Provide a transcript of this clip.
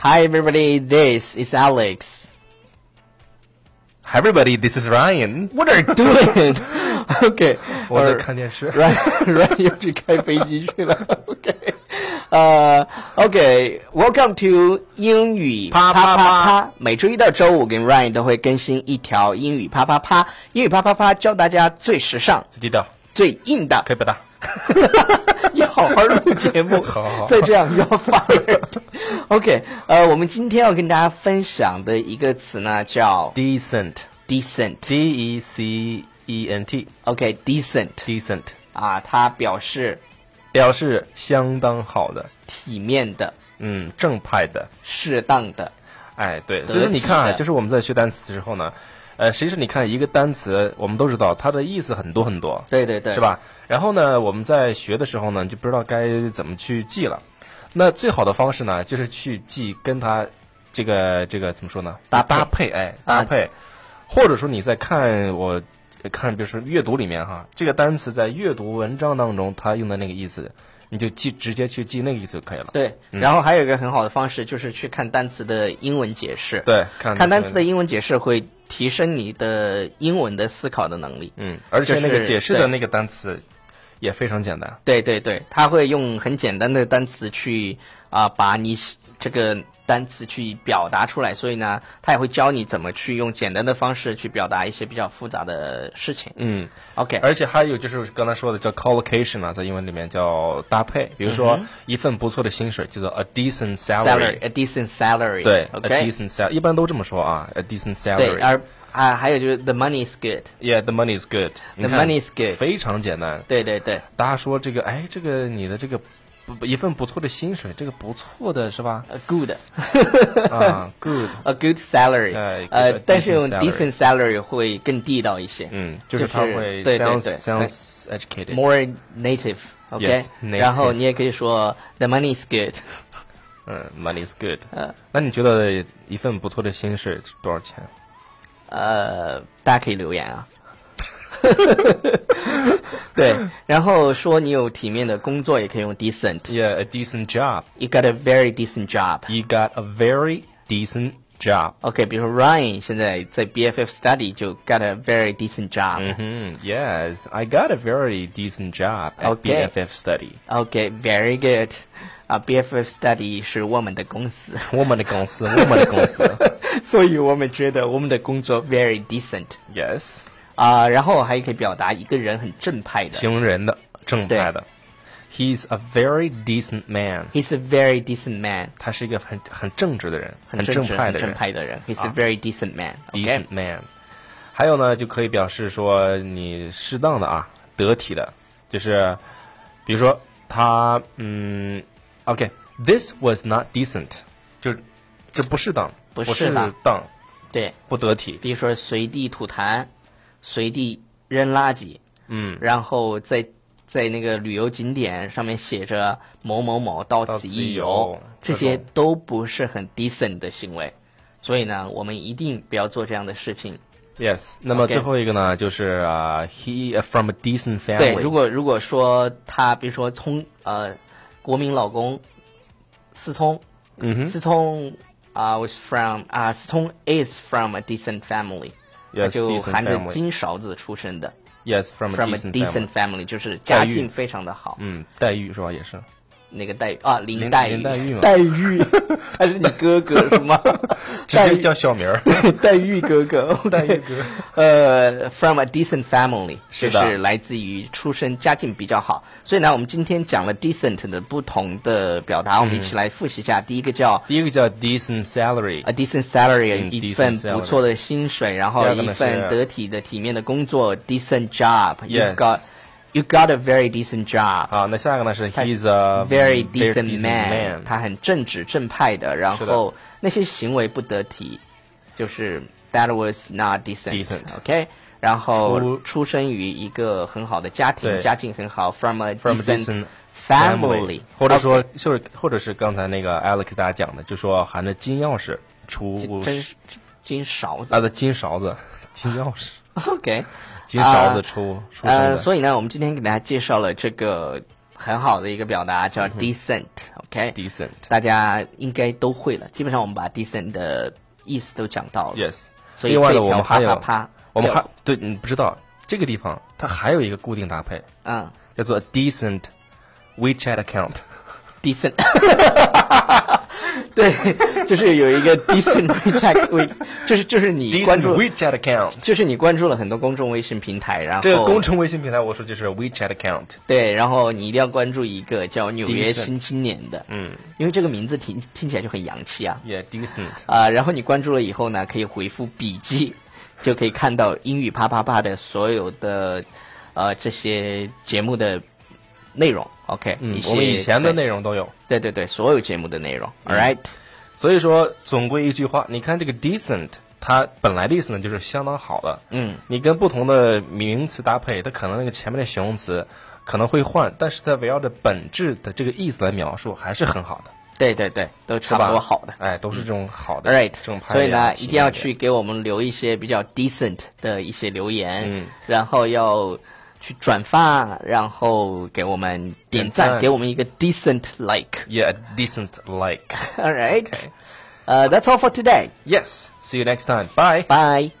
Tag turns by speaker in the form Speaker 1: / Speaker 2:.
Speaker 1: Hi everybody, this is Alex.
Speaker 2: Hi everybody, this is Ryan。
Speaker 1: What are you doing? OK，
Speaker 2: 我在看电视。
Speaker 1: Ryan Ryan 又去开飞机去 了。OK，呃、uh,，OK，Welcome、to 英语
Speaker 2: 啪
Speaker 1: 啪啪
Speaker 2: 啪啪
Speaker 1: 啪。每周一到周五跟 Ryan 都会更新一条英语啪啪啪。英语啪啪啪教大家最时尚、
Speaker 2: 最地道，
Speaker 1: 最硬的。
Speaker 2: 可以不大。
Speaker 1: 你好好录节目，
Speaker 2: 好好好
Speaker 1: 再这样要 fire。OK，呃，我们今天要跟大家分享的一个词呢叫
Speaker 2: Decent，D
Speaker 1: decent。
Speaker 2: E C E N T，decent，
Speaker 1: OK，decent 啊，它表示
Speaker 2: 表示相当好的，
Speaker 1: 体面的、
Speaker 2: 嗯，正派的。
Speaker 1: 适当的。
Speaker 2: 哎，对，
Speaker 1: 得
Speaker 2: 所以说你看
Speaker 1: 体
Speaker 2: 啊，
Speaker 1: 的
Speaker 2: 就是我们在学单词的时候呢，呃，其实你看一个单词，我们都知道它的意思很多很多，
Speaker 1: 对对对，
Speaker 2: 是？吧？然后呢，我们在学的时候呢，就不知道该怎么去记了。那最好的方式呢，就是去记跟它这个这个怎么说呢？
Speaker 1: 搭配
Speaker 2: 搭配，哎，
Speaker 1: 啊
Speaker 2: 搭配，或者说你在看我看，比如说阅读里面哈，这个单词在阅读文章当中它用的那个意思，你就记直接去记那个意思就可以了。
Speaker 1: 对。然后还有一个很好的方式，就是去看单词的英文解释。，
Speaker 2: 对，看
Speaker 1: 看单
Speaker 2: 词
Speaker 1: 词的英文解释会提升你的英文的思考的能力。
Speaker 2: 嗯，而且那
Speaker 1: 就
Speaker 2: 个
Speaker 1: 是
Speaker 2: 解释的
Speaker 1: 对
Speaker 2: 那个单词也非常简单。
Speaker 1: 对对对，他会用很简单的单词去啊、把你这个单词去表达出来，所以呢，他也会教你怎么去用简单的方式去表达一些比较复杂的事情。
Speaker 2: 嗯，
Speaker 1: OK，
Speaker 2: 而且还有就是刚才说的叫 collocation 啊，在英文里面叫搭配。比如
Speaker 1: 嗯
Speaker 2: 说一份不错的薪水叫做 a decent salary，
Speaker 1: salary，a decent salary，
Speaker 2: 对，a
Speaker 1: ，OK，
Speaker 2: decent salary 一般都这么说啊，a decent
Speaker 1: 对，
Speaker 2: salary。
Speaker 1: 而啊，还有就是 the money is good，
Speaker 2: Yeah，the money is good。
Speaker 1: The
Speaker 2: 你看
Speaker 1: money is good
Speaker 2: 非常简单。
Speaker 1: 对对对
Speaker 2: 大家说这个，哎，这个你的这个不不一份不错的薪水，这个不错的是 吧？
Speaker 1: ，a good，a
Speaker 2: 啊，good。
Speaker 1: good salary，
Speaker 2: 哎
Speaker 1: 呃
Speaker 2: good，a，
Speaker 1: 但是
Speaker 2: decent
Speaker 1: 用
Speaker 2: salary
Speaker 1: decent salary 会更地道一些，
Speaker 2: 嗯，就是
Speaker 1: 就是
Speaker 2: 他会
Speaker 1: 对对
Speaker 2: sounds
Speaker 1: 对
Speaker 2: sounds educated。
Speaker 1: ，more native，OK，、
Speaker 2: Yes，
Speaker 1: 然后
Speaker 2: native
Speaker 1: 你也可以说 the money is good，
Speaker 2: 嗯，money is good。那你觉得一份不错的薪水是多少钱？
Speaker 1: 呃，大家可以留言啊。 对，然后说你有体面的工作，也可以用 decent。
Speaker 2: Yeah, a decent job.
Speaker 1: You got a very decent job.
Speaker 2: You got a very decent job.
Speaker 1: OK，比如说 Ryan 现在在 BFF study 就 got a very decent job、
Speaker 2: Hmm, yes, I got a very decent job at
Speaker 1: Okay.
Speaker 2: BFF study.
Speaker 1: OK，very、good。啊，BFF study 是我们的公司，
Speaker 2: 我们的公司， 我们的公司。
Speaker 1: 所以我们觉得我们的工作 very decent。
Speaker 2: yes，
Speaker 1: 啊、然后还可以表达一个人很正派的。
Speaker 2: 形容人的，正派的。He's a very decent man.
Speaker 1: He's a very decent man，
Speaker 2: 他是一个很很正直的人，
Speaker 1: 很
Speaker 2: 正
Speaker 1: 直、
Speaker 2: 派
Speaker 1: 很
Speaker 2: 的
Speaker 1: 正
Speaker 2: 人。
Speaker 1: 派的人。He's a very decent man、OK。
Speaker 2: decent man。还有呢，就可以表示说你适当的啊，得体的，就是比如说他嗯，OK，this、was not decent，就是这不适当，
Speaker 1: 不
Speaker 2: 不
Speaker 1: 适当
Speaker 2: 当，
Speaker 1: 对，
Speaker 2: 不得体。
Speaker 1: 比如说随地吐痰，随地扔垃圾，
Speaker 2: 嗯，
Speaker 1: 然后在在那个旅游景点上面写着某某某到
Speaker 2: 到
Speaker 1: 此
Speaker 2: 此
Speaker 1: 一
Speaker 2: 一
Speaker 1: 游
Speaker 2: 游，
Speaker 1: 这
Speaker 2: 这
Speaker 1: 些
Speaker 2: 种
Speaker 1: 都不是很 decent 的行为，所以呢，我们一定不要做这样的事情。
Speaker 2: Yes，那么
Speaker 1: OK
Speaker 2: 最后一个呢，就是啊、h e from a decent
Speaker 1: 对，
Speaker 2: family。
Speaker 1: 如果如果说他，比如说聪呃，国民老公思聪，
Speaker 2: 嗯哼
Speaker 1: 思聪啊、w a s from 啊、思聪 is from a decent family，他
Speaker 2: Yes，
Speaker 1: 就
Speaker 2: decent
Speaker 1: 含着
Speaker 2: family
Speaker 1: 金勺子出生的。
Speaker 2: yes from a
Speaker 1: from a
Speaker 2: decent
Speaker 1: decent
Speaker 2: family。
Speaker 1: family，就是
Speaker 2: 待
Speaker 1: 家
Speaker 2: 遇
Speaker 1: 境非常的好，
Speaker 2: 嗯，待遇是吧？也是。
Speaker 1: 那个待遇啊，林
Speaker 2: 林
Speaker 1: 黛玉，
Speaker 2: 林黛 玉嘛
Speaker 1: 黛玉，他是你哥哥是吗？
Speaker 2: 直
Speaker 1: 黛
Speaker 2: 接
Speaker 1: 玉，
Speaker 2: 叫小名儿。
Speaker 1: 黛玉哥 哥，
Speaker 2: 黛玉哥，
Speaker 1: 呃，from a decent family，
Speaker 2: 是
Speaker 1: 就
Speaker 2: 的
Speaker 1: 是来自于出身家境比较好，所以呢，我们今天讲了 decent 的不同的表达，我
Speaker 2: 嗯
Speaker 1: 们一起来复习一下，第一个叫。
Speaker 2: 第一个叫 decent salary。
Speaker 1: a decent salary，、
Speaker 2: 嗯
Speaker 1: 一
Speaker 2: decent
Speaker 1: 份不错的薪水，然后
Speaker 2: 第二个
Speaker 1: 一
Speaker 2: 呢
Speaker 1: 份
Speaker 2: 是啊
Speaker 1: 得体的、体面的工作，decent job。You've
Speaker 2: Yes
Speaker 1: got, you got a very decent job.
Speaker 2: 好，那下一个呢是 he's a
Speaker 1: very decent
Speaker 2: man，
Speaker 1: man，他很正直正派的，然后那些行为不得体，就是 that was not decent，OK
Speaker 2: Decent。
Speaker 1: 然后
Speaker 2: 出
Speaker 1: 出生于一个很好的家庭，
Speaker 2: 对
Speaker 1: 家境很好，from a
Speaker 2: From a
Speaker 1: decent
Speaker 2: decent
Speaker 1: family，哦
Speaker 2: 或者
Speaker 1: OK，
Speaker 2: 说就是或者是刚才那个 Alex 给大家讲的，就说含着金钥匙出
Speaker 1: 真是金勺子
Speaker 2: 啊的金勺子，金钥匙，
Speaker 1: ，OK，
Speaker 2: 金勺子出出生
Speaker 1: 啊呃，
Speaker 2: 的。
Speaker 1: 嗯所以呢，我们今天给大家介绍了这个很好的一个表达，叫 decent，OK，、 OK，
Speaker 2: decent.
Speaker 1: 大家应该都会了。基本上我们把 decent 的意思都讲到了。
Speaker 2: Yes，
Speaker 1: 所以
Speaker 2: 另外
Speaker 1: 这
Speaker 2: 呢，我
Speaker 1: 条
Speaker 2: 们
Speaker 1: 啪
Speaker 2: 还
Speaker 1: 啪
Speaker 2: 有，
Speaker 1: 啪，
Speaker 2: 我们
Speaker 1: 对
Speaker 2: 还对你不知道这个地方它还有一个固定搭配，
Speaker 1: 嗯
Speaker 2: 叫做 decent WeChat account。
Speaker 1: decent，对，就是有一个 decent WeChat，微就是就是你
Speaker 2: decent
Speaker 1: 关注，
Speaker 2: WeChat account。
Speaker 1: 就是你关注了很多公众微信平台，然后
Speaker 2: 这个公众微信平台，我说就是 WeChat account。
Speaker 1: 对，然后你一定要关注一个叫《纽约
Speaker 2: Decent
Speaker 1: 新青年》的，
Speaker 2: 嗯
Speaker 1: 因为这个名字听听起来就很洋气啊
Speaker 2: ，Yeah, decent.
Speaker 1: 啊、然后你关注了以后呢，可以回复笔记，就可以看到英语啪啪啪的所有的呃这些节目的内容。OK，、
Speaker 2: 嗯
Speaker 1: 一，些
Speaker 2: 我们以前的
Speaker 1: 对
Speaker 2: 内容都有。
Speaker 1: 对对对，所有节目的内容。All
Speaker 2: 嗯
Speaker 1: right，
Speaker 2: 所以说，总归一句话，你看这个 decent，它本来的意思呢就是相当好的。
Speaker 1: 嗯，
Speaker 2: 你跟不同的名词搭配，它可能那个前面的形容词可能会换，但是它围绕着本质的这个意思来描述，还是很好的，
Speaker 1: 对对对，都
Speaker 2: 是
Speaker 1: 差
Speaker 2: 吧？
Speaker 1: 不多好的。
Speaker 2: 哎，都是这种好的
Speaker 1: All right，
Speaker 2: 这种拍
Speaker 1: 所以
Speaker 2: 脸啊
Speaker 1: 呢，
Speaker 2: 体
Speaker 1: 一
Speaker 2: 验
Speaker 1: 定要
Speaker 2: 的
Speaker 1: 去给我们留一些比较 decent 的一些留言，
Speaker 2: 嗯，
Speaker 1: 然后要去转发，然后给我们点
Speaker 2: 点
Speaker 1: 赞，
Speaker 2: 赞
Speaker 1: 给我们一个 decent like。
Speaker 2: Yeah, decent like.
Speaker 1: All right，呃、t h a t s all for today.
Speaker 2: Yes. See you next time. Bye.
Speaker 1: Bye.